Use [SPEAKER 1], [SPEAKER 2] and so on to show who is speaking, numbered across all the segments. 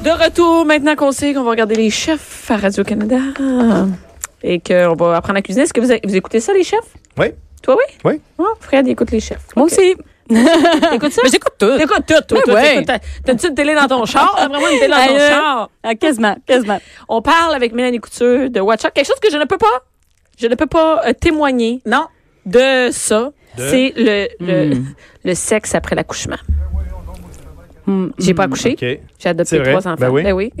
[SPEAKER 1] De retour, maintenant qu'on sait qu'on va regarder les chefs à Radio-Canada et qu'on va apprendre à cuisiner, est-ce que vous, vous écoutez ça, les chefs?
[SPEAKER 2] Oui.
[SPEAKER 1] Toi, oui?
[SPEAKER 2] Oui.
[SPEAKER 1] Ah, Fred, il écoute les chefs.
[SPEAKER 3] Moi
[SPEAKER 1] Ok.
[SPEAKER 3] aussi.
[SPEAKER 1] T'écoutes ça?
[SPEAKER 3] Mais j'écoute tout.
[SPEAKER 1] T'écoutes tout, toi.
[SPEAKER 3] Mais
[SPEAKER 1] toi,
[SPEAKER 3] ouais.
[SPEAKER 1] t'écoutes ta- T'as-tu une télé dans ton char? T'as vraiment une télé dans ton
[SPEAKER 3] Aïe, aïe.
[SPEAKER 1] char?
[SPEAKER 3] Ah, quasiment, quasiment.
[SPEAKER 1] On parle avec Mélanie Couture de Watch Out. Quelque chose que je ne peux pas, je ne peux pas euh, témoigner
[SPEAKER 3] Non. Hmm.
[SPEAKER 1] de ça.
[SPEAKER 2] De-
[SPEAKER 1] C'est le, le, le sexe après l'accouchement.
[SPEAKER 3] Hmm.
[SPEAKER 1] J'ai pas accouché.
[SPEAKER 2] OK.
[SPEAKER 1] J'ai adopté
[SPEAKER 2] C'est vrai.
[SPEAKER 1] trois enfants.
[SPEAKER 2] Ben oui.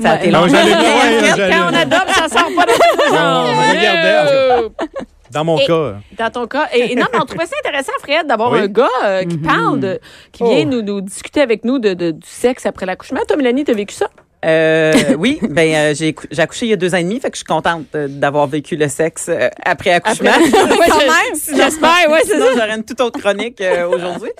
[SPEAKER 3] Ça a été
[SPEAKER 2] Non,
[SPEAKER 3] long.
[SPEAKER 2] j'allais
[SPEAKER 1] Quand
[SPEAKER 2] loin, j'allais
[SPEAKER 1] on
[SPEAKER 2] loin.
[SPEAKER 1] adopte, ça sort pas de
[SPEAKER 2] Non, mais regardez, Dans mon
[SPEAKER 1] Et-
[SPEAKER 2] cas.
[SPEAKER 1] Dans ton cas. Et, et non, mais on trouvait ça intéressant, Fred, d'avoir
[SPEAKER 2] Oui. Oh.
[SPEAKER 1] un gars euh,
[SPEAKER 4] Mm-hmm.
[SPEAKER 1] qui parle, de- qui vient nous, nous discuter avec nous de, de- du sexe après l'accouchement. Toi, Mélanie, t'as vécu ça?
[SPEAKER 4] Euh, oui, ben euh, j'ai cou- j'ai accouché il y a deux ans et demi, fait que je suis contente euh, d'avoir vécu le sexe euh, après accouchement.
[SPEAKER 1] Ouais,
[SPEAKER 3] quand
[SPEAKER 1] je-
[SPEAKER 3] même.
[SPEAKER 1] J'espère, ouais, c'est
[SPEAKER 4] Sinon,
[SPEAKER 1] ça.
[SPEAKER 4] j'aurais une toute autre chronique euh, aujourd'hui.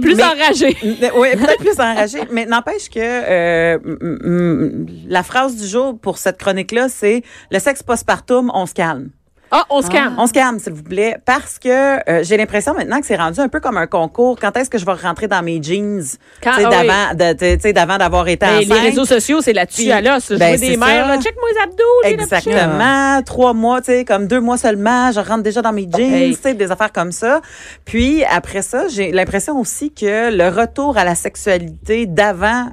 [SPEAKER 1] Plus
[SPEAKER 4] mais-
[SPEAKER 1] enragé.
[SPEAKER 4] oui, peut-être plus enragé, mais n'empêche que euh, m- m- la phrase du jour pour cette chronique-là, c'est le sexe postpartum, on se calme.
[SPEAKER 1] Ah, on se calme.
[SPEAKER 4] On se calme, s'il vous plaît, parce que euh, j'ai l'impression maintenant que c'est rendu un peu comme un concours. Quand est-ce que je vais rentrer dans mes jeans,
[SPEAKER 1] Quand-
[SPEAKER 4] tu sais,
[SPEAKER 1] ah oui.
[SPEAKER 4] d'avant, de- tu sais, d'avant d'avoir été
[SPEAKER 1] Ben,
[SPEAKER 4] enceinte.
[SPEAKER 1] les réseaux sociaux, c'est là-dessus
[SPEAKER 4] Puis-
[SPEAKER 1] à l'os.
[SPEAKER 4] ben,
[SPEAKER 1] Jouer des
[SPEAKER 4] c'est
[SPEAKER 1] mères,
[SPEAKER 4] ça.
[SPEAKER 1] là, check moi les abdos. j'ai la petite-
[SPEAKER 4] Exactement. Trois mois, tu sais, comme deux mois seulement, je rentre déjà dans mes jeans,
[SPEAKER 1] Hey.
[SPEAKER 4] tu sais, des affaires comme ça. Puis après ça, j'ai l'impression aussi que le retour à la sexualité d'avant.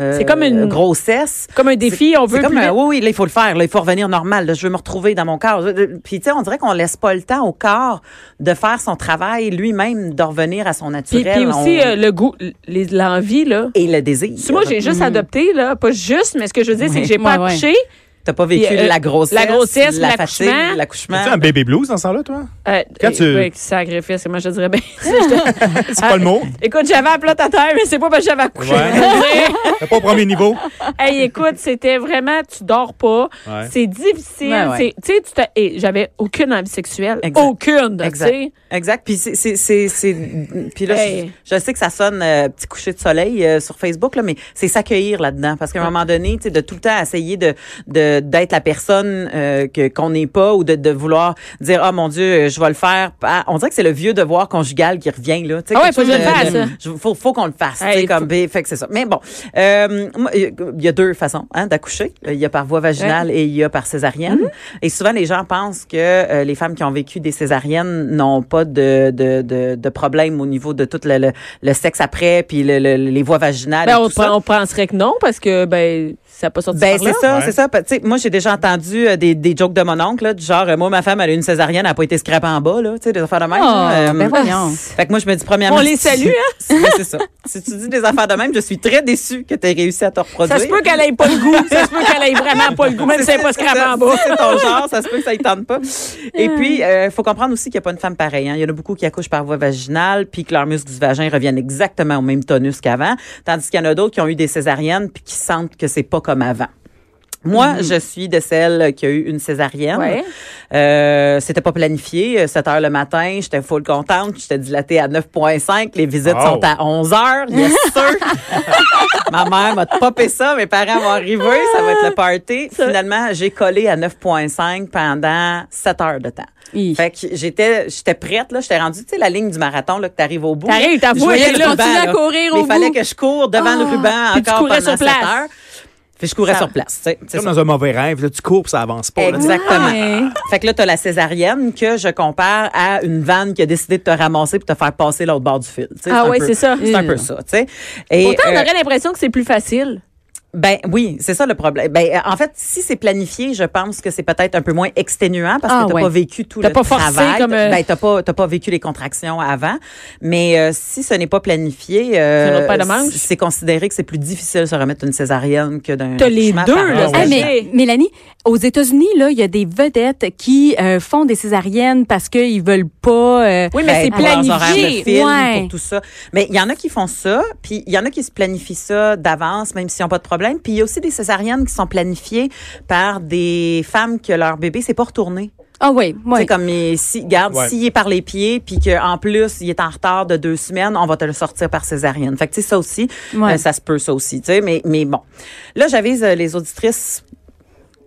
[SPEAKER 4] euh,
[SPEAKER 1] C'est comme une-
[SPEAKER 4] grossesse.
[SPEAKER 1] Comme un défi, on veut
[SPEAKER 4] C'est
[SPEAKER 1] plus
[SPEAKER 4] comme
[SPEAKER 1] vite.
[SPEAKER 4] un, oui, oui, là, il faut le faire, là, il faut revenir normal, là, je veux me retrouver dans mon corps. Puis tu sais, on dirait qu'on laisse pas le temps au corps de faire son travail lui-même, de revenir à son
[SPEAKER 1] Puis,
[SPEAKER 4] naturel.
[SPEAKER 1] puis aussi,
[SPEAKER 4] On-
[SPEAKER 1] euh, le goût, les- l'envie, là.
[SPEAKER 4] et le désir.
[SPEAKER 1] Si moi, j'ai
[SPEAKER 4] Mm.
[SPEAKER 1] juste adopté, là, pas juste, mais ce que je veux dire, c'est que j'ai
[SPEAKER 3] Ouais,
[SPEAKER 1] pas
[SPEAKER 3] ouais.
[SPEAKER 1] accouché.
[SPEAKER 4] T'as pas vécu
[SPEAKER 1] Puis, euh,
[SPEAKER 4] la grossesse,
[SPEAKER 1] la grossesse,
[SPEAKER 4] la
[SPEAKER 1] l'accouchement.
[SPEAKER 4] fatigue, l'accouchement.
[SPEAKER 2] Tu un baby blues dans ce temps-là, toi?
[SPEAKER 1] Euh,
[SPEAKER 2] Quand
[SPEAKER 1] euh,
[SPEAKER 2] tu-
[SPEAKER 1] ouais, sacrifice, moi, je dirais bien.
[SPEAKER 2] C'est pas le mot.
[SPEAKER 1] écoute, j'avais un plat à terre, mais c'est pas parce que j'avais accouché.
[SPEAKER 2] Ouais.
[SPEAKER 1] Ah.
[SPEAKER 2] T'es pas au premier niveau.
[SPEAKER 1] hey, écoute, c'était vraiment, tu dors pas.
[SPEAKER 2] Ouais.
[SPEAKER 1] C'est difficile.
[SPEAKER 3] Ouais, ouais.
[SPEAKER 1] c'est- Tu sais, tu t'as- et j'avais aucune envie sexuelle.
[SPEAKER 4] Exact.
[SPEAKER 1] Aucune, tu
[SPEAKER 4] Exact.
[SPEAKER 1] sais.
[SPEAKER 4] Exact. Puis c'est, c'est, c'est, c'est- puis là,
[SPEAKER 1] Hey.
[SPEAKER 4] je, je sais que ça sonne euh, petit coucher de soleil euh, sur Facebook là, mais c'est s'accueillir là-dedans parce qu'à un moment donné, tu sais, de tout le temps essayer de, de d'être la personne euh, que qu'on n'est pas ou de, de vouloir dire ah mon Dieu, euh, je vais le faire. Ah, on dirait que c'est le vieux devoir conjugal qui revient là. Tu sais,
[SPEAKER 1] Ah ouais, faut que
[SPEAKER 4] quelque chose
[SPEAKER 1] je le fasse,
[SPEAKER 4] de- de-
[SPEAKER 1] ça.
[SPEAKER 4] je- faut, faut qu'on le fasse. tu
[SPEAKER 1] Hey,
[SPEAKER 4] sais, comme ben, fait que c'est ça. Mais bon, euh, moi, il y a deux façons hein, d'accoucher. Il y a par voie vaginale et il y a par césarienne.
[SPEAKER 1] Mm-hmm.
[SPEAKER 4] Et souvent, les gens pensent que euh, les femmes qui ont vécu des césariennes n'ont pas de, de, de, de problème au niveau de tout le, le, le sexe après, puis le- le- les voies vaginales.
[SPEAKER 1] Ben,
[SPEAKER 4] et
[SPEAKER 1] on,
[SPEAKER 4] tout ça.
[SPEAKER 1] on penserait que non, parce que, ben, ça n'a pas sorti
[SPEAKER 4] Ben
[SPEAKER 1] par là.
[SPEAKER 4] c'est ça,
[SPEAKER 2] Ouais.
[SPEAKER 4] c'est ça. Tu sais, moi j'ai déjà entendu euh, des, des jokes de mon oncle, là, du genre euh, moi ma femme elle a eu une césarienne, elle a pas été scrapée en bas, là, tu sais des affaires de même. là.
[SPEAKER 3] Oh,
[SPEAKER 4] Euh,
[SPEAKER 3] ben voyons.
[SPEAKER 4] fait que moi, je me dis premièrement.
[SPEAKER 1] Ah, On les salue,
[SPEAKER 4] hein? c'est ça. Si tu dis des affaires de même, je suis très déçue que tu aies réussi à te reproduire.
[SPEAKER 1] Ça se peut qu'elle ait pas le goût. Ça se peut qu'elle ait vraiment pas le goût, même si elle pas scrapée en bas. Euh.
[SPEAKER 4] Si C'est ton genre, ça se peut que ça ne tente pas. Et puis, il faut comprendre aussi qu'il n'y a pas une femme pareille. hein. Il y en a beaucoup qui accouchent par voie vaginale, puis que leurs muscles du vagin reviennent exactement au même tonus qu'avant, tandis qu'il y en a d'autres qui ont eu des césariennes, puis qui sentent que c'est pas comme avant. Moi, je suis de celle qui a eu une césarienne.
[SPEAKER 1] Mm-hmm. Ouais.
[SPEAKER 4] Euh, c'était pas planifié. euh, 7 heures le matin, j'étais full contente. J'étais dilatée à 9,5. Les visites
[SPEAKER 2] Oh.
[SPEAKER 4] sont à 11 heures. Yes, sir. Ma mère m'a popé ça. Mes parents vont arriver. Ça va être le party. Finalement, j'ai collé à 9,5 pendant 7 heures de temps.
[SPEAKER 3] Hi.
[SPEAKER 4] Fait que j'étais, j'étais prête, là. J'étais rendue, tu sais, la ligne du marathon, là, que t'arrives au bout.
[SPEAKER 1] T'arrives, t'as
[SPEAKER 4] Je
[SPEAKER 1] voué,
[SPEAKER 4] voyais
[SPEAKER 1] t'es
[SPEAKER 4] le
[SPEAKER 1] là,
[SPEAKER 4] ruban,
[SPEAKER 1] continue à
[SPEAKER 4] là.
[SPEAKER 1] courir au
[SPEAKER 4] Mais il fallait
[SPEAKER 1] bout. Ah,
[SPEAKER 4] que je cours devant le ruban
[SPEAKER 1] Puis tu
[SPEAKER 4] encore
[SPEAKER 1] courais
[SPEAKER 4] pendant
[SPEAKER 1] sur
[SPEAKER 4] 7
[SPEAKER 1] place. Ah.
[SPEAKER 4] heures. Puis je courais sur place, tu sais. C'est
[SPEAKER 2] C'est comme
[SPEAKER 4] ça.
[SPEAKER 2] dans un mauvais rêve. Là, tu cours puis ça avance pas. là.
[SPEAKER 4] Exactement.
[SPEAKER 3] Ouais.
[SPEAKER 4] Fait que là, t'as la césarienne que je compare à une vanne qui a décidé de te ramasser pour te faire passer l'autre bord du fil. Tu sais,
[SPEAKER 1] Ah
[SPEAKER 4] un
[SPEAKER 1] ouais,
[SPEAKER 4] peu-
[SPEAKER 1] c'est ça.
[SPEAKER 4] C'est un peu ça, tu sais. Et,
[SPEAKER 1] Pourtant, on
[SPEAKER 4] euh,
[SPEAKER 1] aurait l'impression que c'est plus facile.
[SPEAKER 4] ben oui, c'est ça le problème. Ben euh, en fait, si c'est planifié, je pense que c'est peut-être un peu moins exténuant parce
[SPEAKER 3] Ah
[SPEAKER 4] que t'as
[SPEAKER 3] ouais.
[SPEAKER 4] pas vécu tout
[SPEAKER 1] T'as
[SPEAKER 4] le
[SPEAKER 1] pas forcé
[SPEAKER 4] travail.
[SPEAKER 1] comme, euh,
[SPEAKER 4] Ben t'as pas t'as pas vécu les contractions avant. Mais euh, si ce n'est pas planifié, euh,
[SPEAKER 1] Ça n'a pas de manche.
[SPEAKER 4] c- c'est considéré que c'est plus difficile de se remettre une césarienne que d'un.
[SPEAKER 1] T'as les
[SPEAKER 4] accouchement
[SPEAKER 1] deux,
[SPEAKER 4] par
[SPEAKER 1] là. Eh,
[SPEAKER 4] an.
[SPEAKER 2] Ah ouais.
[SPEAKER 3] Hey,
[SPEAKER 1] Ouais.
[SPEAKER 3] mais Mélanie, aux États-Unis, là, il y a des vedettes qui euh, font des césariennes parce qu'ils veulent pas. euh,
[SPEAKER 1] Oui, mais c'est
[SPEAKER 4] Ben, pour leurs horaires
[SPEAKER 1] planifié.
[SPEAKER 4] de film,
[SPEAKER 3] Ouais.
[SPEAKER 4] pour tout ça. Mais il y en a qui font ça, puis il y en a qui se planifient ça d'avance, même s'ils n'ont pas de problème. Puis il y a aussi des césariennes qui sont planifiées par des femmes que leur bébé s'est pas retourné.
[SPEAKER 3] Ah oui,
[SPEAKER 4] C'est
[SPEAKER 3] oui.
[SPEAKER 4] comme il- si garde
[SPEAKER 2] Ouais.
[SPEAKER 4] s'il est par les pieds puis que en plus il est en retard de deux semaines, on va te le sortir par césarienne. Fait que tu sais ça aussi,
[SPEAKER 3] Ouais.
[SPEAKER 4] euh, ça se peut ça aussi, tu sais mais mais bon. Là j'avise euh, les auditrices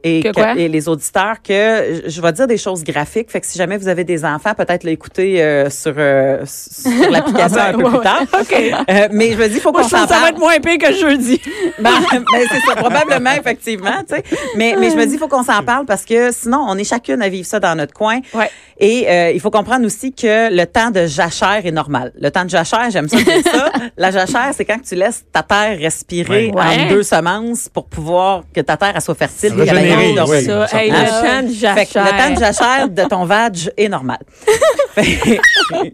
[SPEAKER 4] et,
[SPEAKER 1] Que
[SPEAKER 4] que-
[SPEAKER 1] quoi?
[SPEAKER 4] et les auditeurs que je- je vais dire des choses graphiques. Fait que si jamais vous avez des enfants, peut-être l'écouter euh, sur euh, sur l'application un
[SPEAKER 1] Ouais,
[SPEAKER 4] peu plus
[SPEAKER 1] ouais.
[SPEAKER 4] tard.
[SPEAKER 1] OK.
[SPEAKER 4] Euh, mais je me dis, il faut
[SPEAKER 1] Moi,
[SPEAKER 4] qu'on
[SPEAKER 1] je trouve
[SPEAKER 4] s'en
[SPEAKER 1] que ça va
[SPEAKER 4] parle.
[SPEAKER 1] être moins pire que jeudi.
[SPEAKER 4] Ben, ben, c'est ça, probablement, effectivement. tu sais. Mais, mais je me dis, il faut qu'on s'en parle parce que sinon, on est chacune à vivre ça dans notre coin.
[SPEAKER 1] Ouais.
[SPEAKER 4] Et euh, il faut comprendre aussi que le temps de jachère est normal. Le temps de jachère, j'aime ça dire ça. La jachère, c'est quand tu laisses ta terre respirer
[SPEAKER 1] Ouais. Ouais.
[SPEAKER 4] en deux semences pour pouvoir que ta terre elle soit fertile. et qu'elle ait
[SPEAKER 2] Régénérer,
[SPEAKER 4] donc
[SPEAKER 2] oui.
[SPEAKER 1] ça. Hey,
[SPEAKER 4] Ah,
[SPEAKER 1] le
[SPEAKER 4] ouais.
[SPEAKER 1] temps de
[SPEAKER 4] Fait que le
[SPEAKER 1] jachère.
[SPEAKER 4] temps de jachère de ton vag est normal. Fait-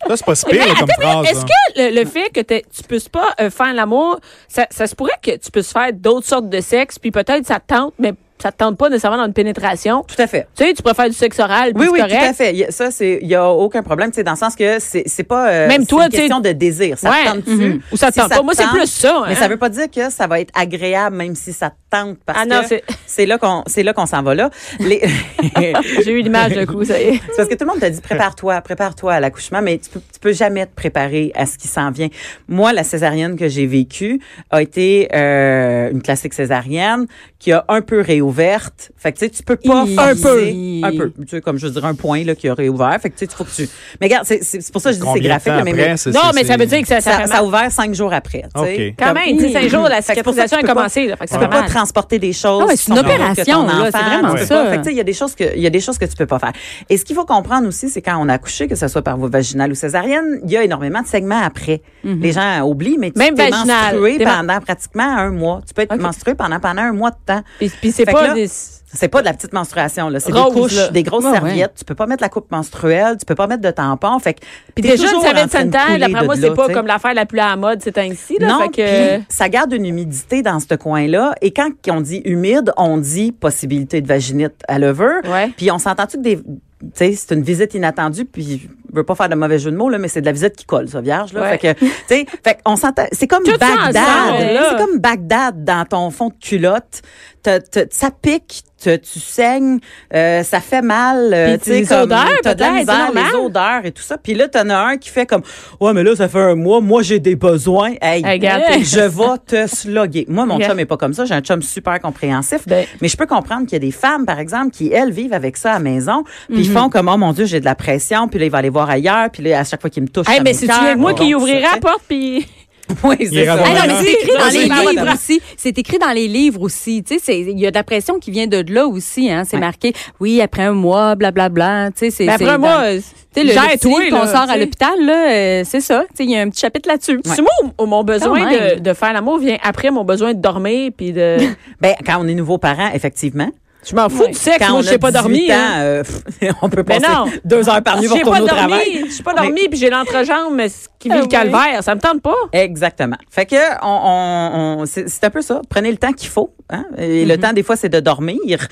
[SPEAKER 2] Ça, c'est pas si pire là, comme phrase.
[SPEAKER 1] Est-ce
[SPEAKER 2] hein.
[SPEAKER 1] que le, le fait que t'aies- tu puisses pas euh, faire l'amour, ça, ça se pourrait que tu puisses faire d'autres sortes de sexe, puis peut-être ça te tente, mais ça te tente pas nécessairement dans une pénétration.
[SPEAKER 4] tout à fait.
[SPEAKER 1] Tu sais, tu préfères du sexe oral, puis
[SPEAKER 4] Oui,
[SPEAKER 1] c'est
[SPEAKER 4] oui,
[SPEAKER 1] correct.
[SPEAKER 4] tout à fait. Il y a- Ça, c'est, il y a aucun problème, tu sais, dans le sens que c'est, c'est pas, euh,
[SPEAKER 1] Même
[SPEAKER 4] c'est
[SPEAKER 1] toi,
[SPEAKER 4] une
[SPEAKER 1] tu sais-
[SPEAKER 4] question de désir. Ça
[SPEAKER 1] Ouais.
[SPEAKER 4] te tente-tu?
[SPEAKER 1] Mhm. Ou ça te
[SPEAKER 4] Si
[SPEAKER 1] tente pas. Moi, c'est
[SPEAKER 4] tente,
[SPEAKER 1] plus ça,
[SPEAKER 4] Mais
[SPEAKER 1] hein.
[SPEAKER 4] ça veut pas dire que ça va être agréable, même si ça te tente, parce
[SPEAKER 1] Ah non,
[SPEAKER 4] que
[SPEAKER 1] c'est-
[SPEAKER 4] c'est là qu'on, c'est là qu'on s'en va là. Les-
[SPEAKER 1] J'ai eu l'image d'un coup, ça y est.
[SPEAKER 4] C'est parce que tout le monde te dit prépare-toi, prépare-toi à l'accouchement, mais tu peux, tu peux jamais te préparer à ce qui s'en vient. Moi, la césarienne que j'ai vécue a été euh, une classique césarienne qui a un peu réouverte. Fait que tu sais, tu peux pas
[SPEAKER 3] Hi.
[SPEAKER 4] forcer-
[SPEAKER 3] Un peu.
[SPEAKER 4] un peu. Tu sais, comme je dirais un point là qui a réouvert. Fait que tu sais, il faut que tu. Mais regarde, c'est c'est- c'est pour ça que je dis que c'est
[SPEAKER 2] Combien de
[SPEAKER 4] graphique,
[SPEAKER 2] temps
[SPEAKER 4] là, mais, mais
[SPEAKER 2] après, c'est-
[SPEAKER 1] Non,
[SPEAKER 2] c'est-
[SPEAKER 1] mais ça
[SPEAKER 2] c'est-
[SPEAKER 1] veut dire que ça, ça,
[SPEAKER 4] ça,
[SPEAKER 1] fait
[SPEAKER 4] ça a
[SPEAKER 1] mal.
[SPEAKER 4] ouvert cinq jours après. tu sais.
[SPEAKER 2] OK.
[SPEAKER 1] Quand
[SPEAKER 4] Comme-
[SPEAKER 1] même, tu sais, cinq jours, la
[SPEAKER 4] Fait que c'est pour ça que
[SPEAKER 1] cicatrisation
[SPEAKER 4] tu
[SPEAKER 1] est
[SPEAKER 4] peux pas-
[SPEAKER 1] commencée. là, fait que ça
[SPEAKER 4] tu
[SPEAKER 1] fait
[SPEAKER 4] peux pas
[SPEAKER 1] mal.
[SPEAKER 4] transporter des choses.
[SPEAKER 3] Ah ouais,
[SPEAKER 4] qui
[SPEAKER 3] c'est une
[SPEAKER 4] sont propres que
[SPEAKER 3] opération,
[SPEAKER 4] ton
[SPEAKER 3] là, c'est
[SPEAKER 4] enfant,
[SPEAKER 3] vraiment
[SPEAKER 4] tu peux
[SPEAKER 3] ça.
[SPEAKER 4] pas. Fait que, tu sais, il y a des choses que il y a des choses que tu peux pas faire. Et ce qu'il faut comprendre aussi, c'est quand on a accouché, que ce soit par voie vaginale ou césarienne, il y a énormément de segments après. Les gens oublient, mais tu
[SPEAKER 1] Mhm. Même
[SPEAKER 4] peux
[SPEAKER 1] vaginale.
[SPEAKER 4] menstruer
[SPEAKER 1] T'es ma-
[SPEAKER 4] pendant pratiquement un mois. Tu peux être
[SPEAKER 1] Ok.
[SPEAKER 4] menstrué pendant pendant un mois de temps.
[SPEAKER 1] Puis, puis c'est
[SPEAKER 4] Fait
[SPEAKER 1] pas
[SPEAKER 4] que là,
[SPEAKER 1] des...
[SPEAKER 4] C'est pas de la petite menstruation là, c'est des
[SPEAKER 1] Rose,
[SPEAKER 4] couches,
[SPEAKER 1] là.
[SPEAKER 4] des grosses
[SPEAKER 3] Ouais, ouais.
[SPEAKER 4] serviettes. Tu peux pas mettre la coupe menstruelle, tu peux pas mettre de tampon. Fait que
[SPEAKER 1] Puis
[SPEAKER 4] t'es
[SPEAKER 1] déjà,
[SPEAKER 4] toujours
[SPEAKER 1] une
[SPEAKER 4] en
[SPEAKER 1] serviette
[SPEAKER 4] train de
[SPEAKER 1] sanitaire,
[SPEAKER 4] couler
[SPEAKER 1] d'après
[SPEAKER 4] de
[SPEAKER 1] moi,
[SPEAKER 4] là,
[SPEAKER 1] c'est pas
[SPEAKER 4] tu sais.
[SPEAKER 1] comme l'affaire la plus à la mode ces temps-ci. là,
[SPEAKER 4] Non,
[SPEAKER 1] fait que...
[SPEAKER 4] puis ça garde une humidité dans ce coin-là. Et quand on dit humide, on dit possibilité de vaginite à levure.
[SPEAKER 1] Ouais.
[SPEAKER 4] Puis on s'entend-tu que des... Tu sais, c'est une visite inattendue, puis je veux pas faire de mauvais jeu de mots, là, mais c'est de la visite qui colle, ça, vierge. Là.
[SPEAKER 1] Ouais.
[SPEAKER 4] Fait que, tu sais, fait qu'on s'entend... C'est comme
[SPEAKER 1] Tout ça
[SPEAKER 4] Bagdad.
[SPEAKER 1] ensemble, là.
[SPEAKER 4] C'est comme Bagdad dans ton fond de culotte. Te- te- ça pique, te- tu saignes, euh, ça fait mal. euh,
[SPEAKER 1] Puis
[SPEAKER 4] tu sais,
[SPEAKER 1] les
[SPEAKER 4] comme,
[SPEAKER 1] odeurs,
[SPEAKER 4] t'as de la
[SPEAKER 1] peut-être, c'est
[SPEAKER 4] misère,
[SPEAKER 1] normal.
[SPEAKER 4] les odeurs et tout ça. Puis là, t'en as un qui fait comme, ouais, mais là, ça fait un mois, moi, j'ai des besoins. Hey,
[SPEAKER 1] Hey, regarde.
[SPEAKER 4] je vais te sloguer. Moi, mon
[SPEAKER 1] Regarde.
[SPEAKER 4] chum est pas comme ça. J'ai un chum super compréhensif.
[SPEAKER 1] Ben.
[SPEAKER 4] Mais je peux comprendre qu'il y a des femmes, par exemple, qui, elles, vivent avec ça à la maison. Puis
[SPEAKER 1] Mhm.
[SPEAKER 4] ils font comme, oh mon Dieu, j'ai de la pression. Puis là, il va aller voir ailleurs. Puis là, à chaque fois qu'il me touche,
[SPEAKER 1] Hey,
[SPEAKER 4] ça
[SPEAKER 1] mais
[SPEAKER 4] me
[SPEAKER 1] c'est-tu
[SPEAKER 4] cœur.
[SPEAKER 1] avec moi qui
[SPEAKER 4] Donc,
[SPEAKER 1] ouvrirait
[SPEAKER 4] ça,
[SPEAKER 1] la porte, puis...
[SPEAKER 4] Oui, c'est
[SPEAKER 2] ira
[SPEAKER 4] ça.
[SPEAKER 2] voir
[SPEAKER 3] Ah non, mais
[SPEAKER 2] Voilà.
[SPEAKER 3] c'est écrit
[SPEAKER 4] Dans
[SPEAKER 3] dans les
[SPEAKER 4] les
[SPEAKER 3] livres
[SPEAKER 4] livres.
[SPEAKER 3] aussi. C'est écrit dans les livres aussi. Tu sais, c'est- il y a de la pression qui vient de là aussi. Hein. C'est
[SPEAKER 4] Ouais.
[SPEAKER 3] marqué, oui, après un mois, blablabla. Tu sais, c'est.
[SPEAKER 1] Ben,
[SPEAKER 3] c'est
[SPEAKER 1] après
[SPEAKER 3] dans-
[SPEAKER 1] moi,
[SPEAKER 3] tu sais, le, le
[SPEAKER 1] gère
[SPEAKER 3] petit
[SPEAKER 1] toi,
[SPEAKER 3] livre qu'on
[SPEAKER 1] là,
[SPEAKER 3] sort
[SPEAKER 1] tu
[SPEAKER 3] à
[SPEAKER 1] sais.
[SPEAKER 3] l'hôpital, là, euh, c'est ça. Tu sais, il y a un petit chapitre là-dessus.
[SPEAKER 1] C'est moi, où- où mon besoin
[SPEAKER 3] Quand
[SPEAKER 1] de,
[SPEAKER 3] même.
[SPEAKER 1] de faire l'amour vient après mon besoin de dormir, puis de...
[SPEAKER 4] Ben, quand on est nouveau parent, effectivement.
[SPEAKER 1] Je m'en fous du sexe,
[SPEAKER 4] Quand
[SPEAKER 1] moi,
[SPEAKER 4] on
[SPEAKER 1] je sais
[SPEAKER 4] a
[SPEAKER 1] pas
[SPEAKER 4] 18
[SPEAKER 1] dormi.
[SPEAKER 4] ans,
[SPEAKER 1] hein.
[SPEAKER 4] euh, pff, on peut
[SPEAKER 1] Ben
[SPEAKER 4] passer
[SPEAKER 1] non.
[SPEAKER 4] deux heures par nuit
[SPEAKER 1] J'ai
[SPEAKER 4] pour
[SPEAKER 1] pas
[SPEAKER 4] retourner au
[SPEAKER 1] dormi,
[SPEAKER 4] travail.
[SPEAKER 1] j'ai pas dormi, puis j'ai l'entrejambe mais ce qui vit
[SPEAKER 3] Ah
[SPEAKER 1] le
[SPEAKER 3] oui.
[SPEAKER 1] calvaire, ça me tente pas.
[SPEAKER 4] Exactement. Fait que on, on- on- c'est c'est un peu ça. Prenez le temps qu'il faut. Hein? Et
[SPEAKER 1] Mm-hmm.
[SPEAKER 4] le temps des fois c'est de dormir.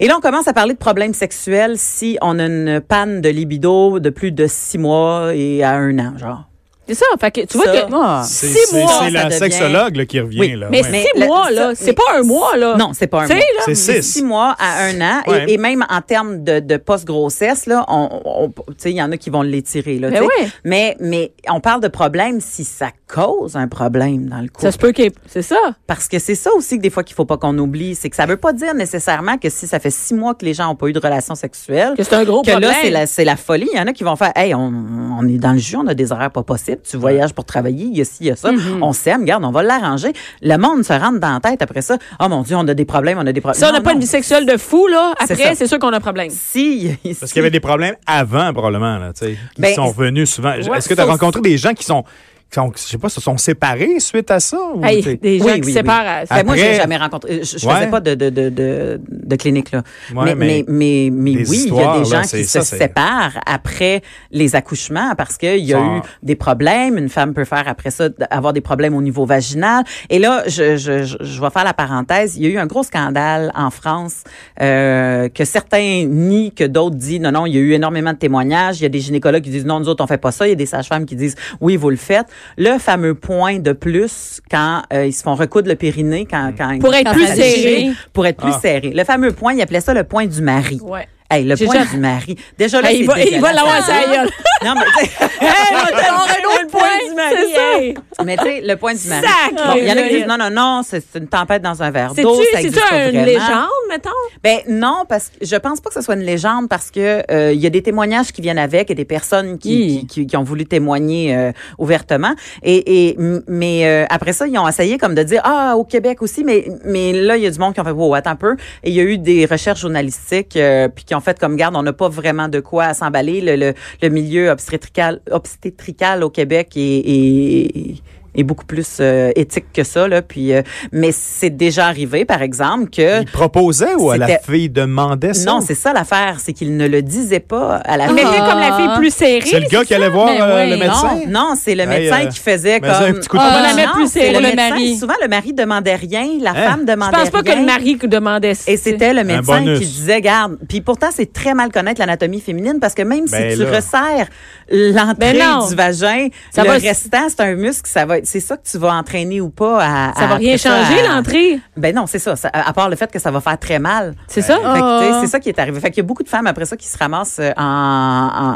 [SPEAKER 4] Et là, on commence à parler de problèmes sexuels si on a une panne de libido de plus de six mois et à un an, genre.
[SPEAKER 1] C'est ça, fait que tu vois
[SPEAKER 4] Ça.
[SPEAKER 1] que
[SPEAKER 3] Ah.
[SPEAKER 2] C'est
[SPEAKER 4] Six
[SPEAKER 2] c'est-
[SPEAKER 4] mois,
[SPEAKER 2] c'est
[SPEAKER 4] ça
[SPEAKER 2] la
[SPEAKER 4] devient-
[SPEAKER 2] sexologue là, qui revient.
[SPEAKER 4] Oui,
[SPEAKER 2] là.
[SPEAKER 1] Mais
[SPEAKER 2] Ouais.
[SPEAKER 1] six
[SPEAKER 4] Mais
[SPEAKER 1] mois,
[SPEAKER 4] le-
[SPEAKER 1] là,
[SPEAKER 4] ça-
[SPEAKER 1] c'est pas un mois, là.
[SPEAKER 4] Non, c'est pas un
[SPEAKER 1] Tu sais,
[SPEAKER 4] mois.
[SPEAKER 1] là,
[SPEAKER 2] C'est
[SPEAKER 4] De
[SPEAKER 2] six.
[SPEAKER 4] six mois à un an. Et-
[SPEAKER 2] Ouais.
[SPEAKER 4] Et, même en termes de, de post-grossesse, là, on, on- tu sais, il y en a qui vont l'étirer. Là,
[SPEAKER 1] Ben
[SPEAKER 4] tu sais.
[SPEAKER 1] ouais.
[SPEAKER 4] mais, mais on parle de problème si ça cause un problème dans le couple.
[SPEAKER 1] ça se peut qu'il y ait- C'est ça.
[SPEAKER 4] Parce que c'est ça aussi que des fois qu'il faut pas qu'on oublie, c'est que ça veut pas dire nécessairement que si ça fait six mois que les gens ont pas eu de relations sexuelles,
[SPEAKER 1] Que c'est un gros
[SPEAKER 4] que
[SPEAKER 1] problème.
[SPEAKER 4] là c'est la c'est la folie. Il y en a qui vont faire, hey, on, on est dans le jus, on a des horaires pas possibles, tu voyages pour travailler, il y a ci, il y a ça,
[SPEAKER 1] Mm-hmm.
[SPEAKER 4] on s'aime, regarde, on va l'arranger. Le monde se rentre dans la tête après ça. Oh mon Dieu, on a des problèmes, on a des problèmes.
[SPEAKER 1] Si on n'a
[SPEAKER 4] Non,
[SPEAKER 1] pas
[SPEAKER 4] non.
[SPEAKER 1] une vie sexuelle de fou, là,
[SPEAKER 4] C'est
[SPEAKER 1] après,
[SPEAKER 4] ça.
[SPEAKER 1] c'est sûr qu'on a un problème.
[SPEAKER 4] si,
[SPEAKER 2] Parce qu'il y avait des problèmes avant, probablement, là, tu sais, qui
[SPEAKER 4] Ben,
[SPEAKER 2] sont revenus souvent.
[SPEAKER 1] ouais,
[SPEAKER 2] Est-ce que tu as
[SPEAKER 4] ça
[SPEAKER 2] rencontré des gens qui sont, qui sont, je sais pas, se sont séparés suite à ça? ou
[SPEAKER 1] Hey,
[SPEAKER 2] tu sais?
[SPEAKER 1] des gens
[SPEAKER 4] Oui,
[SPEAKER 1] qui
[SPEAKER 4] oui,
[SPEAKER 1] se
[SPEAKER 4] oui.
[SPEAKER 1] séparent. à-
[SPEAKER 4] Ben, moi, j'ai
[SPEAKER 2] Après-
[SPEAKER 4] jamais rencontré. Je, je
[SPEAKER 2] Ouais.
[SPEAKER 4] faisais pas de, de, de, de, de clinique, là.
[SPEAKER 2] Ouais,
[SPEAKER 4] mais, mais,
[SPEAKER 2] mais
[SPEAKER 4] mais, mais
[SPEAKER 2] des
[SPEAKER 4] oui, il y a des
[SPEAKER 2] histoires,
[SPEAKER 4] gens
[SPEAKER 2] là,
[SPEAKER 4] qui
[SPEAKER 2] c'est-
[SPEAKER 4] se
[SPEAKER 2] ça, c'est-
[SPEAKER 4] séparent après les accouchements parce qu'il y a
[SPEAKER 2] Sont-
[SPEAKER 4] eu des problèmes. Une femme peut faire après ça, d- avoir des problèmes au niveau vaginal. Et là, je, je, je, je vais faire la parenthèse. Il y a eu un gros scandale en France euh, que certains nient, que d'autres disent non, non, il y a eu énormément de témoignages. Il y a des gynécologues qui disent non, nous autres, on fait pas ça. Il y a des sages-femmes qui disent oui, vous le faites. le fameux point de plus quand euh, ils se font recoudre le périnée, quand, quand
[SPEAKER 1] Pour
[SPEAKER 4] ils-
[SPEAKER 1] être
[SPEAKER 4] quand
[SPEAKER 1] plus
[SPEAKER 4] ça
[SPEAKER 1] serré.
[SPEAKER 4] déchire, Pour être plus
[SPEAKER 2] Mm. Ah.
[SPEAKER 4] serré. Le fameux point, il appelait ça le point du mari.
[SPEAKER 1] Ouais.
[SPEAKER 4] Hey, le
[SPEAKER 1] J'ai
[SPEAKER 4] point
[SPEAKER 1] jamais-
[SPEAKER 4] du mari. Déjà là,
[SPEAKER 1] Hey, Ah, il
[SPEAKER 4] c'est
[SPEAKER 1] va, il va
[SPEAKER 4] dégueulasse. hein.
[SPEAKER 1] l'avoir à sa gueule.
[SPEAKER 4] Non, mais tu sais- Hey, on t'a-
[SPEAKER 1] l'autre point du mari. hey.
[SPEAKER 4] Mais tu sais, le point du mari.
[SPEAKER 1] Sacré
[SPEAKER 4] Bon, il y en a qui disent
[SPEAKER 1] Noël.
[SPEAKER 4] non, non, non, c'est c'est une tempête dans un verre
[SPEAKER 1] C'est-tu
[SPEAKER 4] d'eau. ça
[SPEAKER 1] c'est-tu
[SPEAKER 4] existe pas
[SPEAKER 1] une
[SPEAKER 4] vraiment.
[SPEAKER 1] légende, mettons?
[SPEAKER 4] Ben non, parce que je pense pas que ce soit une légende parce que euh, il y a des témoignages qui viennent avec et des personnes qui, qui, qui- qui ont voulu témoigner euh, ouvertement. Et, et m- mais euh, après ça, ils ont essayé comme de dire ah au Québec aussi, mais mais là il y a du monde qui ont fait wow attends un peu. Et il y a eu des recherches journalistiques euh, puis qui ont fait comme garde on n'a pas vraiment de quoi s'emballer. Le, le, le milieu obstétrical obstétrical au Québec est, est est beaucoup plus euh, éthique que ça là puis euh, mais c'est déjà arrivé par exemple que
[SPEAKER 2] Il proposait ou la
[SPEAKER 4] euh, C'était-
[SPEAKER 2] fille demandait ça?
[SPEAKER 4] non, c'est ça l'affaire, c'est qu'il ne le disait pas à la
[SPEAKER 1] Il mettait
[SPEAKER 4] fille.
[SPEAKER 1] comme la fille plus serrée.
[SPEAKER 2] C'est Ah. le gars qui allait voir
[SPEAKER 1] Ben
[SPEAKER 3] mais
[SPEAKER 2] euh,
[SPEAKER 3] oui.
[SPEAKER 2] le médecin?
[SPEAKER 4] Non, non, c'est le
[SPEAKER 2] Hey,
[SPEAKER 4] médecin
[SPEAKER 2] euh,
[SPEAKER 4] qui faisait
[SPEAKER 2] mais
[SPEAKER 4] comme.
[SPEAKER 2] un petit coup de
[SPEAKER 4] Ah,
[SPEAKER 3] poing.
[SPEAKER 4] non,
[SPEAKER 3] On la met
[SPEAKER 1] plus
[SPEAKER 4] c'est
[SPEAKER 1] serrée.
[SPEAKER 4] le,
[SPEAKER 1] Le
[SPEAKER 4] médecin.
[SPEAKER 3] mari.
[SPEAKER 4] Souvent, le mari demandait rien, la
[SPEAKER 2] Hein?
[SPEAKER 4] femme
[SPEAKER 1] Je
[SPEAKER 4] demandait
[SPEAKER 1] pense pas que
[SPEAKER 4] rien.
[SPEAKER 1] le mari qui demandait ça.
[SPEAKER 4] Et c'était le médecin
[SPEAKER 2] bonus.
[SPEAKER 4] qui disait, garde. Puis pourtant, c'est très mal connaître l'anatomie féminine parce que même
[SPEAKER 2] Ben
[SPEAKER 4] si tu
[SPEAKER 2] là.
[SPEAKER 4] resserres l'entrée
[SPEAKER 1] Ben non.
[SPEAKER 4] du vagin,
[SPEAKER 1] Ça
[SPEAKER 4] le
[SPEAKER 1] va-
[SPEAKER 4] restant, c'est un muscle, ça va, être- c'est ça que tu vas entraîner ou pas à.
[SPEAKER 1] Ça
[SPEAKER 4] à-
[SPEAKER 1] va rien
[SPEAKER 4] après ça,
[SPEAKER 1] changer,
[SPEAKER 4] à-
[SPEAKER 1] l'entrée.
[SPEAKER 4] Ben non, c'est ça, ça- À part le fait que ça va faire très mal.
[SPEAKER 1] C'est ça?
[SPEAKER 4] Fait que, tu sais,
[SPEAKER 3] Ah.
[SPEAKER 4] c'est ça qui est arrivé. Fait qu'il y a beaucoup de femmes après ça qui se ramassent euh, en, en-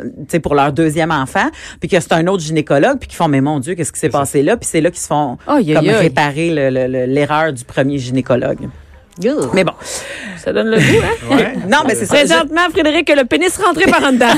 [SPEAKER 4] tu sais, pour leur deuxième enfant, puis que c'est un autre gynécologue, puis qui font mais mon Dieu, qu'est-ce qui s'est passé là Puis c'est là qu'ils se font
[SPEAKER 3] Aïe, aïe,
[SPEAKER 4] comme
[SPEAKER 3] aïe.
[SPEAKER 4] réparer le- le- le- l'erreur du premier gynécologue. Mais bon,
[SPEAKER 1] Ça donne le goût, hein?
[SPEAKER 2] Ouais.
[SPEAKER 4] non, mais c'est ça. Je-
[SPEAKER 1] Présentement, Frédéric, le pénis rentré par en dedans.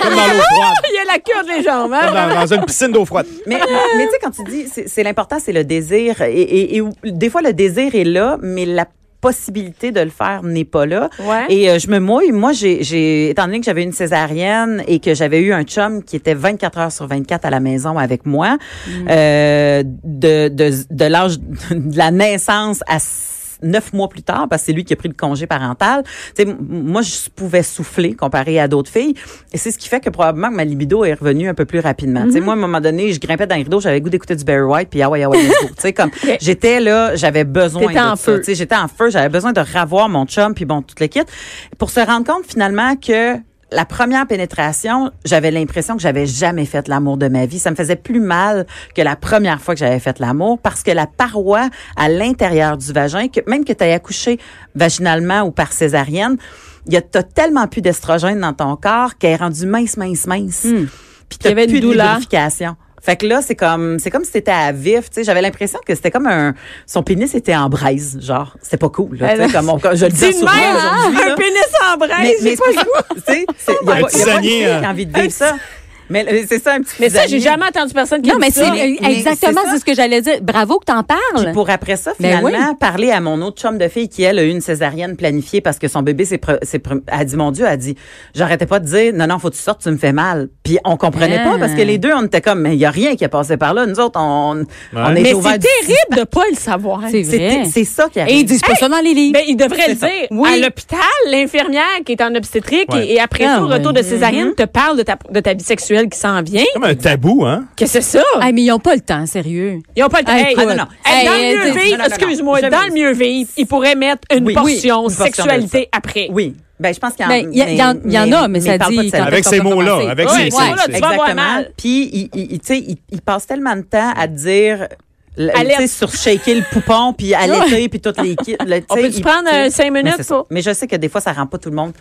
[SPEAKER 2] Comme dans l'eau froide.
[SPEAKER 1] Il a la cure des jambes, hein?
[SPEAKER 2] Comme dans, dans une piscine d'eau froide.
[SPEAKER 4] mais mais tu sais quand tu dis c'est c'est l'important, c'est le désir et, et- et où- des fois le désir est là, mais la possibilité de le faire n'est pas là.
[SPEAKER 1] Ouais.
[SPEAKER 4] Et euh, je me mouille. Moi, j'ai, j'ai étant donné que j'avais une césarienne et que j'avais eu un chum qui était 24 heures sur 24 à la maison avec moi,
[SPEAKER 1] Mm.
[SPEAKER 4] euh, de, de, de l'âge de la naissance à s- neuf mois plus tard, parce que c'est lui qui a pris le congé parental. Tu sais, m- moi, je pouvais souffler comparé à d'autres filles. Et c'est ce qui fait que probablement que ma libido est revenue un peu plus rapidement. Tu sais,
[SPEAKER 1] Mm-hmm.
[SPEAKER 4] moi, à un moment donné, je grimpais dans les rideaux, j'avais le goût d'écouter du Barry White, puis ah ouais, ah ouais, let's go. Tu sais, comme, j'étais là, j'avais besoin
[SPEAKER 1] T'étais
[SPEAKER 4] de
[SPEAKER 1] en
[SPEAKER 4] ça.
[SPEAKER 1] feu.
[SPEAKER 4] Tu sais, sais, j'étais en feu, j'avais besoin de revoir mon chum, puis bon, toute le kit, pour se rendre compte finalement que la première pénétration, j'avais l'impression que j'avais jamais fait l'amour de ma vie. Ça me faisait plus mal que la première fois que j'avais fait l'amour parce que la paroi à l'intérieur du vagin, que même que tu aies accouché vaginalement ou par césarienne, il y a t'as tellement plus d'estrogène dans ton corps qu'elle est rendue mince, mince, mince. Puis
[SPEAKER 1] Il Hmm. y
[SPEAKER 4] t'as
[SPEAKER 1] avait une
[SPEAKER 4] plus de
[SPEAKER 1] douleur.
[SPEAKER 4] lubrification. Fait que là, c'est comme, c'est comme si t'étais à vif, tu sais. J'avais l'impression que c'était comme un, son pénis était en braise, genre. C'était pas cool, là, tu sais, comme on- je le dis
[SPEAKER 1] Dis de
[SPEAKER 4] souvent
[SPEAKER 1] même, hein,
[SPEAKER 4] aujourd'hui, là.
[SPEAKER 1] un pénis en
[SPEAKER 4] Mais,
[SPEAKER 1] braise,
[SPEAKER 4] mais
[SPEAKER 1] j'ai pas
[SPEAKER 4] c'est pas tu sais, c'est- y a
[SPEAKER 2] Un
[SPEAKER 4] pas- y a pas de
[SPEAKER 2] tisanier,
[SPEAKER 4] fille qui
[SPEAKER 2] euh,
[SPEAKER 4] a envie de vivre ça. Mais euh, c'est ça, un petit
[SPEAKER 1] Mais ça, j'ai
[SPEAKER 4] tisanier.
[SPEAKER 1] jamais entendu personne qui
[SPEAKER 3] Non, mais
[SPEAKER 1] dit ça.
[SPEAKER 3] c'est
[SPEAKER 4] Mais- mais
[SPEAKER 3] exactement
[SPEAKER 4] c'est ça.
[SPEAKER 3] c'est ce que j'allais dire. Bravo que t'en parles.
[SPEAKER 4] Pour après ça,
[SPEAKER 3] Ben
[SPEAKER 4] finalement,
[SPEAKER 3] oui.
[SPEAKER 4] parler à mon autre chum de fille qui, elle, a eu une césarienne planifiée parce que son bébé s'est... pre- s'est pre- a dit, mon Dieu, a dit, j'arrêtais pas de dire, non, non, faut que tu sortes, tu me fais mal. Puis on comprenait
[SPEAKER 3] Ah.
[SPEAKER 4] pas parce que les deux, on était comme, mais il y a rien qui est passé par là. Nous autres, on, on
[SPEAKER 1] Mais
[SPEAKER 4] est ouverts
[SPEAKER 1] c'est
[SPEAKER 4] du-
[SPEAKER 1] terrible de pas le savoir.
[SPEAKER 3] C'est
[SPEAKER 4] C'est
[SPEAKER 3] vrai.
[SPEAKER 4] c'est ça qui
[SPEAKER 3] Et ils
[SPEAKER 4] arrive.
[SPEAKER 3] disent pas ça dans les livres.
[SPEAKER 1] Ben, il devrait le dire.
[SPEAKER 3] Oui.
[SPEAKER 1] À l'hôpital, l'infirmière qui est en obstétrique
[SPEAKER 2] Ouais.
[SPEAKER 1] et, et après
[SPEAKER 3] Ah
[SPEAKER 1] ça, au retour
[SPEAKER 3] ouais.
[SPEAKER 1] de césarienne, te parle de ta, de ta vie sexuelle qui s'en vient.
[SPEAKER 2] Comme un tabou, hein?
[SPEAKER 1] Que c'est ça?
[SPEAKER 3] Ah, mais ils ont pas le temps, sérieux.
[SPEAKER 1] Ils ont pas le temps.
[SPEAKER 3] Hey,
[SPEAKER 1] Hey,
[SPEAKER 3] écoute.
[SPEAKER 1] ah, non, non. Hey, dans
[SPEAKER 3] Hey,
[SPEAKER 1] le
[SPEAKER 3] euh,
[SPEAKER 1] mieux
[SPEAKER 4] non, non,
[SPEAKER 1] vivre,
[SPEAKER 4] non,
[SPEAKER 1] excuse-moi,
[SPEAKER 4] jamais
[SPEAKER 1] dans le
[SPEAKER 4] dit
[SPEAKER 1] mieux vivre, ils pourraient mettre une
[SPEAKER 4] Oui,
[SPEAKER 1] portion
[SPEAKER 4] oui, une portion de
[SPEAKER 1] sexualité après.
[SPEAKER 4] Oui. Ben, je pense qu'il y en
[SPEAKER 3] Ben, il y a- il y en- il y en a, mais ça
[SPEAKER 4] parle
[SPEAKER 3] dit
[SPEAKER 4] pas de
[SPEAKER 3] quand
[SPEAKER 4] celle-là.
[SPEAKER 2] Avec
[SPEAKER 3] est-ce
[SPEAKER 2] ces
[SPEAKER 3] qu'on peut
[SPEAKER 2] mots-là,
[SPEAKER 3] commencer?
[SPEAKER 2] avec
[SPEAKER 1] Ouais,
[SPEAKER 2] ces-
[SPEAKER 1] ces
[SPEAKER 2] ces-
[SPEAKER 1] mots-là,
[SPEAKER 2] ces-
[SPEAKER 1] tu vas avoir
[SPEAKER 4] Exactement.
[SPEAKER 1] mal.
[SPEAKER 4] Puis, il, il, il- tu sais, il, il passe tellement de temps à dire, le- tu
[SPEAKER 1] Alerte.
[SPEAKER 4] sais, sur shaker le poupon, puis allaiter, puis toutes les kits. le- tu
[SPEAKER 1] On
[SPEAKER 4] sais,
[SPEAKER 1] peut-tu
[SPEAKER 4] il-
[SPEAKER 1] prendre,
[SPEAKER 4] tu sais,
[SPEAKER 1] euh, cinq minutes
[SPEAKER 4] mais c'est ça.
[SPEAKER 1] pour-
[SPEAKER 4] Mais je sais que des fois, ça rend pas tout le monde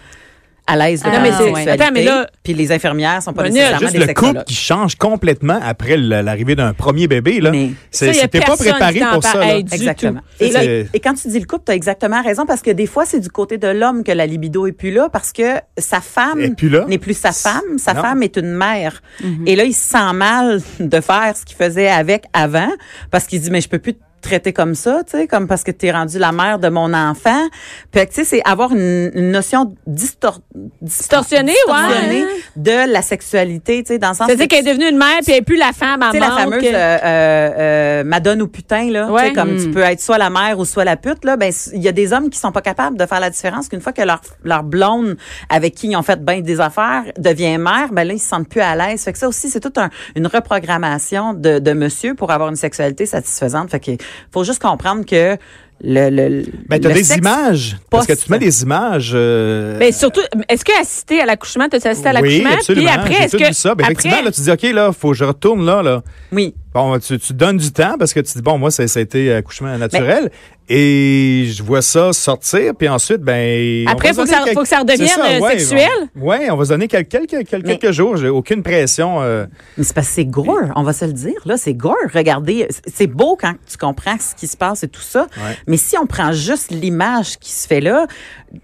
[SPEAKER 4] à l'aise de
[SPEAKER 3] Ah,
[SPEAKER 4] la
[SPEAKER 3] mais c'est-
[SPEAKER 4] sexualité.
[SPEAKER 1] attends, mais là-
[SPEAKER 4] Puis les infirmières sont pas
[SPEAKER 1] Monique,
[SPEAKER 4] nécessairement
[SPEAKER 2] Juste
[SPEAKER 4] des
[SPEAKER 2] le couple
[SPEAKER 4] sexologues.
[SPEAKER 2] qui change complètement après le- l'arrivée d'un premier bébé, là.
[SPEAKER 4] Mais-
[SPEAKER 1] Ça,
[SPEAKER 2] C'est-
[SPEAKER 1] y a
[SPEAKER 2] C'était pas
[SPEAKER 1] personne
[SPEAKER 2] préparé
[SPEAKER 1] qui t'en
[SPEAKER 2] pour ça,
[SPEAKER 1] parle.
[SPEAKER 2] là.
[SPEAKER 1] Hey, du
[SPEAKER 4] Exactement.
[SPEAKER 2] tout.
[SPEAKER 4] Et,
[SPEAKER 2] Ça,
[SPEAKER 4] là,
[SPEAKER 2] c'est-
[SPEAKER 4] et quand tu dis le couple, tu as exactement raison parce que des fois, c'est du côté de l'homme que la libido est plus là parce que sa
[SPEAKER 2] Et
[SPEAKER 4] femme
[SPEAKER 2] puis là?
[SPEAKER 4] n'est plus sa femme, sa
[SPEAKER 2] Non.
[SPEAKER 4] femme est une mère.
[SPEAKER 1] Mhm.
[SPEAKER 4] Et là, il se sent mal de faire ce qu'il faisait avec avant parce qu'il dit mais je peux plus te traiter comme ça, tu sais, comme parce que tu es rendue la mère de mon enfant. Puis tu sais, c'est avoir une, une notion distor-
[SPEAKER 1] Distorsionnée, ouais.
[SPEAKER 4] distorsionnée de la sexualité, tu sais, dans le sens
[SPEAKER 1] C'est-à-dire
[SPEAKER 4] que-
[SPEAKER 1] qu'elle est devenue une mère puis elle n'est plus la femme à
[SPEAKER 4] tu sais, la
[SPEAKER 1] mort
[SPEAKER 4] fameuse
[SPEAKER 1] que-
[SPEAKER 4] euh, euh, euh, madone ou putain, là. Tu sais,
[SPEAKER 1] Ouais.
[SPEAKER 4] comme
[SPEAKER 2] Hmm.
[SPEAKER 4] tu peux être soit la mère ou soit la pute, là. Ben, s- il y a des hommes qui sont pas capables de faire la différence qu'une fois que leur, leur blonde avec qui ils ont fait bien des affaires devient mère, ben là, ils se sentent plus à l'aise. Fait que ça aussi, c'est toute un- une reprogrammation de, de monsieur pour avoir une sexualité satisfaisante. Fait que faut juste comprendre que le, le,
[SPEAKER 2] Ben, t'as
[SPEAKER 4] le
[SPEAKER 2] des
[SPEAKER 4] sexe.
[SPEAKER 2] images. Parce que
[SPEAKER 4] post-
[SPEAKER 2] tu mets des images. euh,
[SPEAKER 1] Mais surtout, est-ce que assister à l'accouchement, tu as assisté Ben, à l'accouchement?
[SPEAKER 2] Oui, absolument.
[SPEAKER 1] Puis après,
[SPEAKER 2] J'ai
[SPEAKER 1] est-ce
[SPEAKER 2] tout
[SPEAKER 1] que.
[SPEAKER 2] vu ça. Ben, effectivement,
[SPEAKER 1] après-
[SPEAKER 2] là, tu dis, OK, là, faut que je retourne là, là.
[SPEAKER 4] Oui.
[SPEAKER 2] Bon, tu, tu donnes du temps parce que tu dis, bon, moi, ça, ça a été euh, accouchement naturel. et je vois ça sortir, puis ensuite, ben.
[SPEAKER 1] Après, faut
[SPEAKER 2] on va
[SPEAKER 1] que
[SPEAKER 2] se donner
[SPEAKER 1] ça- faut que ça redevienne,
[SPEAKER 2] C'est
[SPEAKER 1] euh,
[SPEAKER 2] ouais,
[SPEAKER 1] sexuel.
[SPEAKER 2] on- ouais, on va se donner quel- quelques, quelques,
[SPEAKER 4] Mais-
[SPEAKER 2] quelques jours. J'ai aucune pression. euh,
[SPEAKER 4] Mais c'est parce que c'est gore, on va se le dire. Là, c'est gore. Regardez, c'est- c'est beau quand tu comprends ce qui se passe et tout ça.
[SPEAKER 2] Ouais.
[SPEAKER 4] Mais si on prend juste l'image qui se fait là,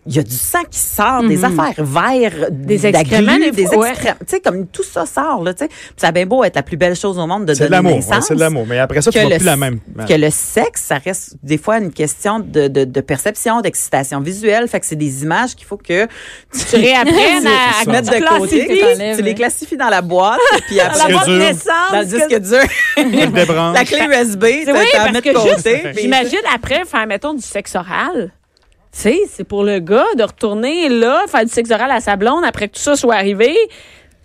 [SPEAKER 4] il y a du sang qui sort, des
[SPEAKER 2] Mhm.
[SPEAKER 4] affaires vertes,
[SPEAKER 1] Des
[SPEAKER 4] de la
[SPEAKER 1] excréments,
[SPEAKER 4] glu,
[SPEAKER 1] des
[SPEAKER 4] des
[SPEAKER 1] fois, ouais.
[SPEAKER 4] excréments. Tu sais, comme tout ça sort, là, tu sais. Puis ça a bien beau être la plus belle chose au monde de
[SPEAKER 2] c'est de
[SPEAKER 4] donner
[SPEAKER 2] l'amour.
[SPEAKER 4] naissance.
[SPEAKER 2] ouais, c'est de l'amour. Mais après ça, tu vois plus la même.
[SPEAKER 4] que le sexe, ça reste des fois une question de, de, de perception, d'excitation visuelle. Fait que c'est des images qu'il faut que
[SPEAKER 1] Tu réapprennes à, à
[SPEAKER 2] ça.
[SPEAKER 4] mettre de côté.
[SPEAKER 3] classifies, t'enlèves,
[SPEAKER 4] Tu les
[SPEAKER 3] hein.
[SPEAKER 4] classifies dans la boîte, puis après,
[SPEAKER 2] boîte dur.
[SPEAKER 4] dans le disque dur,
[SPEAKER 2] Elle débranche.
[SPEAKER 4] la clé USB,
[SPEAKER 1] Oui,
[SPEAKER 4] tu la
[SPEAKER 1] parce
[SPEAKER 4] mets
[SPEAKER 1] que
[SPEAKER 4] de côté.
[SPEAKER 1] juste,
[SPEAKER 4] puis-
[SPEAKER 1] j'imagine après faire, mettons, du sexe oral. Tu sais, c'est pour le gars de retourner là, faire du sexe oral à sa blonde après que tout ça soit arrivé.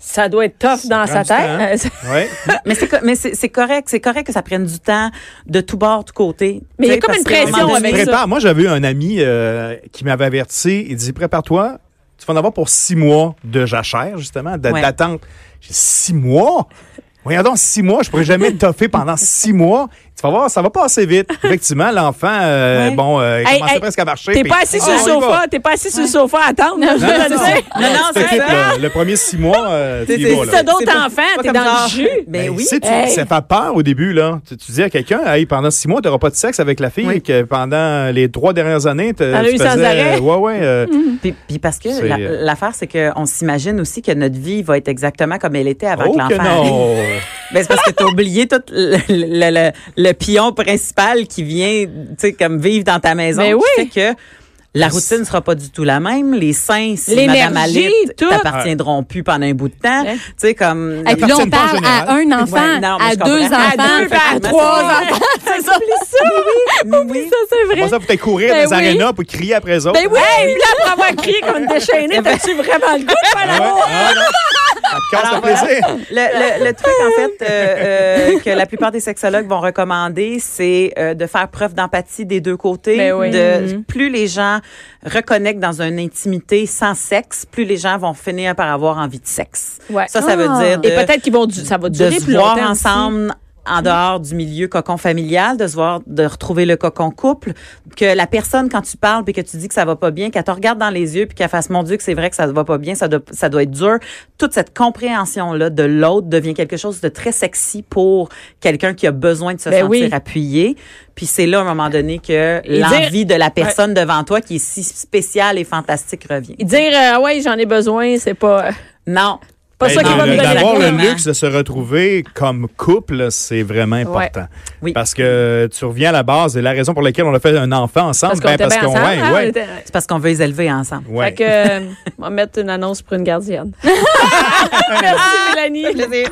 [SPEAKER 1] Ça doit être tough dans sa
[SPEAKER 2] prend du
[SPEAKER 1] tête.
[SPEAKER 2] Ouais.
[SPEAKER 4] mais c'est co- mais c'est c'est correct, c'est correct que ça prenne du temps de tout bord, tout côté.
[SPEAKER 1] Mais il y a
[SPEAKER 4] Tu sais,
[SPEAKER 1] comme
[SPEAKER 4] parce
[SPEAKER 1] une
[SPEAKER 4] qu'à un
[SPEAKER 1] pression
[SPEAKER 2] Puis
[SPEAKER 4] moment donné,
[SPEAKER 1] avec
[SPEAKER 2] tu te
[SPEAKER 1] ça.
[SPEAKER 2] prépares. Moi, j'avais un ami euh, qui m'avait averti. Il dit Prépare-toi, tu vas en avoir pour six mois de jachère, justement, de-
[SPEAKER 4] Ouais.
[SPEAKER 2] d'attente. J'ai dit, Six mois Voyons donc, six mois, je pourrais jamais toffer pendant six mois. Tu vas voir, ça va pas assez vite. Effectivement, l'enfant, euh,
[SPEAKER 4] Ouais.
[SPEAKER 2] bon, euh, il
[SPEAKER 1] Hey,
[SPEAKER 2] commençait
[SPEAKER 1] hey,
[SPEAKER 2] presque à marcher.
[SPEAKER 1] T'es
[SPEAKER 2] puis-
[SPEAKER 1] pas assis
[SPEAKER 2] Ah,
[SPEAKER 1] sur le
[SPEAKER 2] on y va.
[SPEAKER 1] sofa, t'es pas assis sur le sofa à attendre. je
[SPEAKER 2] Non,
[SPEAKER 1] te le
[SPEAKER 2] non,
[SPEAKER 1] dis.
[SPEAKER 4] Non, non,
[SPEAKER 2] C'est
[SPEAKER 4] c'est
[SPEAKER 2] équipe,
[SPEAKER 4] ça.
[SPEAKER 2] là. Le premier six mois, euh, tu
[SPEAKER 4] C'est-
[SPEAKER 2] y
[SPEAKER 4] c'est-
[SPEAKER 2] vas,
[SPEAKER 1] Si
[SPEAKER 2] là.
[SPEAKER 1] t'as d'autres
[SPEAKER 4] C'est pas-
[SPEAKER 1] enfants,
[SPEAKER 4] c'est pas
[SPEAKER 1] t'es
[SPEAKER 4] comme
[SPEAKER 1] dans le
[SPEAKER 4] genre-
[SPEAKER 1] jus.
[SPEAKER 4] Ben oui.
[SPEAKER 2] sais, tu-
[SPEAKER 1] Hey.
[SPEAKER 2] Ça fait peur au début, là. Tu, tu dis à quelqu'un, hey, pendant six mois, tu n'auras pas de sexe avec la fille
[SPEAKER 4] Oui.
[SPEAKER 2] que pendant les trois dernières années, tu
[SPEAKER 1] as
[SPEAKER 2] tu
[SPEAKER 1] eu sans
[SPEAKER 2] faisais,
[SPEAKER 1] arrêt.
[SPEAKER 2] euh, Ouais, ouais. euh,
[SPEAKER 4] Puis, puis parce que
[SPEAKER 2] C'est,
[SPEAKER 4] la-
[SPEAKER 2] euh,
[SPEAKER 4] l'affaire, c'est qu'on s'imagine aussi que notre vie va être exactement comme elle était avant
[SPEAKER 2] oh
[SPEAKER 4] que
[SPEAKER 2] que
[SPEAKER 4] l'enfant arrive.
[SPEAKER 2] non!
[SPEAKER 4] Ben, c'est parce que t'as oublié tout le, le, le- le pion principal qui vient, tu sais, comme vivre dans ta maison.
[SPEAKER 1] Mais
[SPEAKER 4] Tu
[SPEAKER 1] Ben oui.
[SPEAKER 4] sais que la routine sera pas du tout la même. Les seins, si
[SPEAKER 1] L'énergie,
[SPEAKER 4] Madame Alite,
[SPEAKER 1] tout.
[SPEAKER 4] t'appartiendront plus pendant un bout de temps.
[SPEAKER 1] Ouais.
[SPEAKER 4] Tu sais, comme...
[SPEAKER 3] Et puis là, on
[SPEAKER 2] personne pas en
[SPEAKER 3] parle à un
[SPEAKER 4] général.
[SPEAKER 3] enfant,
[SPEAKER 4] Ouais, non, mais
[SPEAKER 3] à
[SPEAKER 4] je
[SPEAKER 3] deux
[SPEAKER 4] comprends. À
[SPEAKER 3] enfants,
[SPEAKER 4] deux,
[SPEAKER 3] à
[SPEAKER 4] fait-
[SPEAKER 3] trois
[SPEAKER 4] mais
[SPEAKER 3] enfants. C'est ça.
[SPEAKER 4] Mais oui.
[SPEAKER 1] Ça, c'est vrai.
[SPEAKER 2] Comment ça, vous t'es courir
[SPEAKER 1] Ben
[SPEAKER 2] dans les
[SPEAKER 1] oui.
[SPEAKER 2] arénas pour crier après eux autres?
[SPEAKER 1] Ben oui, puis là, pour avoir crié comme une déchaînée, t'as-tu vraiment le goût de faire
[SPEAKER 2] Ah ouais?
[SPEAKER 1] l'amour?
[SPEAKER 2] Ah non. Ça te casse le
[SPEAKER 4] Alors, voilà.
[SPEAKER 2] plaisir.
[SPEAKER 4] Le, le- le truc, en fait, euh, euh, que la plupart des sexologues vont recommander, c'est euh, de faire preuve d'empathie des deux côtés.
[SPEAKER 1] Ben oui.
[SPEAKER 4] De, plus les gens reconnectent dans une intimité sans sexe, plus les gens vont finir par avoir envie de sexe.
[SPEAKER 1] Ouais.
[SPEAKER 4] Ça, ça veut
[SPEAKER 3] Ah.
[SPEAKER 4] dire de,
[SPEAKER 1] Et peut-être qu'ils vont, du- ça va
[SPEAKER 4] de
[SPEAKER 1] durer
[SPEAKER 4] se
[SPEAKER 1] plus
[SPEAKER 4] voir
[SPEAKER 1] longtemps aussi.
[SPEAKER 4] ensemble en dehors du milieu cocon familial, de se voir, de retrouver le cocon couple, que la personne, quand tu parles puis que tu dis que ça va pas bien, qu'elle te regarde dans les yeux puis qu'elle fasse, mon Dieu, que c'est vrai que ça va pas bien, ça doit, ça doit être dur. Toute cette compréhension-là de l'autre devient quelque chose de très sexy pour quelqu'un qui a besoin de se
[SPEAKER 1] Ben
[SPEAKER 4] sentir
[SPEAKER 1] oui.
[SPEAKER 4] appuyé. Puis c'est là, à un moment donné, que
[SPEAKER 1] Et dire-
[SPEAKER 4] l'envie de la personne devant toi, qui est si spéciale et fantastique, revient.
[SPEAKER 1] Et Dire, euh, Ah ouais, j'en ai besoin, c'est pas,
[SPEAKER 4] Non.
[SPEAKER 1] pas
[SPEAKER 2] Ben,
[SPEAKER 1] ça qui
[SPEAKER 2] non,
[SPEAKER 1] va
[SPEAKER 2] le-
[SPEAKER 1] me donner la
[SPEAKER 2] D'avoir
[SPEAKER 1] cour.
[SPEAKER 2] le
[SPEAKER 4] couronne.
[SPEAKER 2] luxe de se retrouver comme couple, c'est vraiment important.
[SPEAKER 4] Oui.
[SPEAKER 2] Parce que tu reviens à la base et la raison pour laquelle on a fait un enfant ensemble,
[SPEAKER 1] Parce qu'on
[SPEAKER 2] ben,
[SPEAKER 1] était
[SPEAKER 2] parce
[SPEAKER 1] bien
[SPEAKER 2] qu'on
[SPEAKER 1] ensemble. hein,
[SPEAKER 2] ouais,
[SPEAKER 1] on
[SPEAKER 2] ouais,
[SPEAKER 1] était-
[SPEAKER 4] C'est parce qu'on veut les élever ensemble.
[SPEAKER 2] ouais.
[SPEAKER 1] Fait que, euh, on va mettre une annonce pour une gardienne. Merci, Mélanie.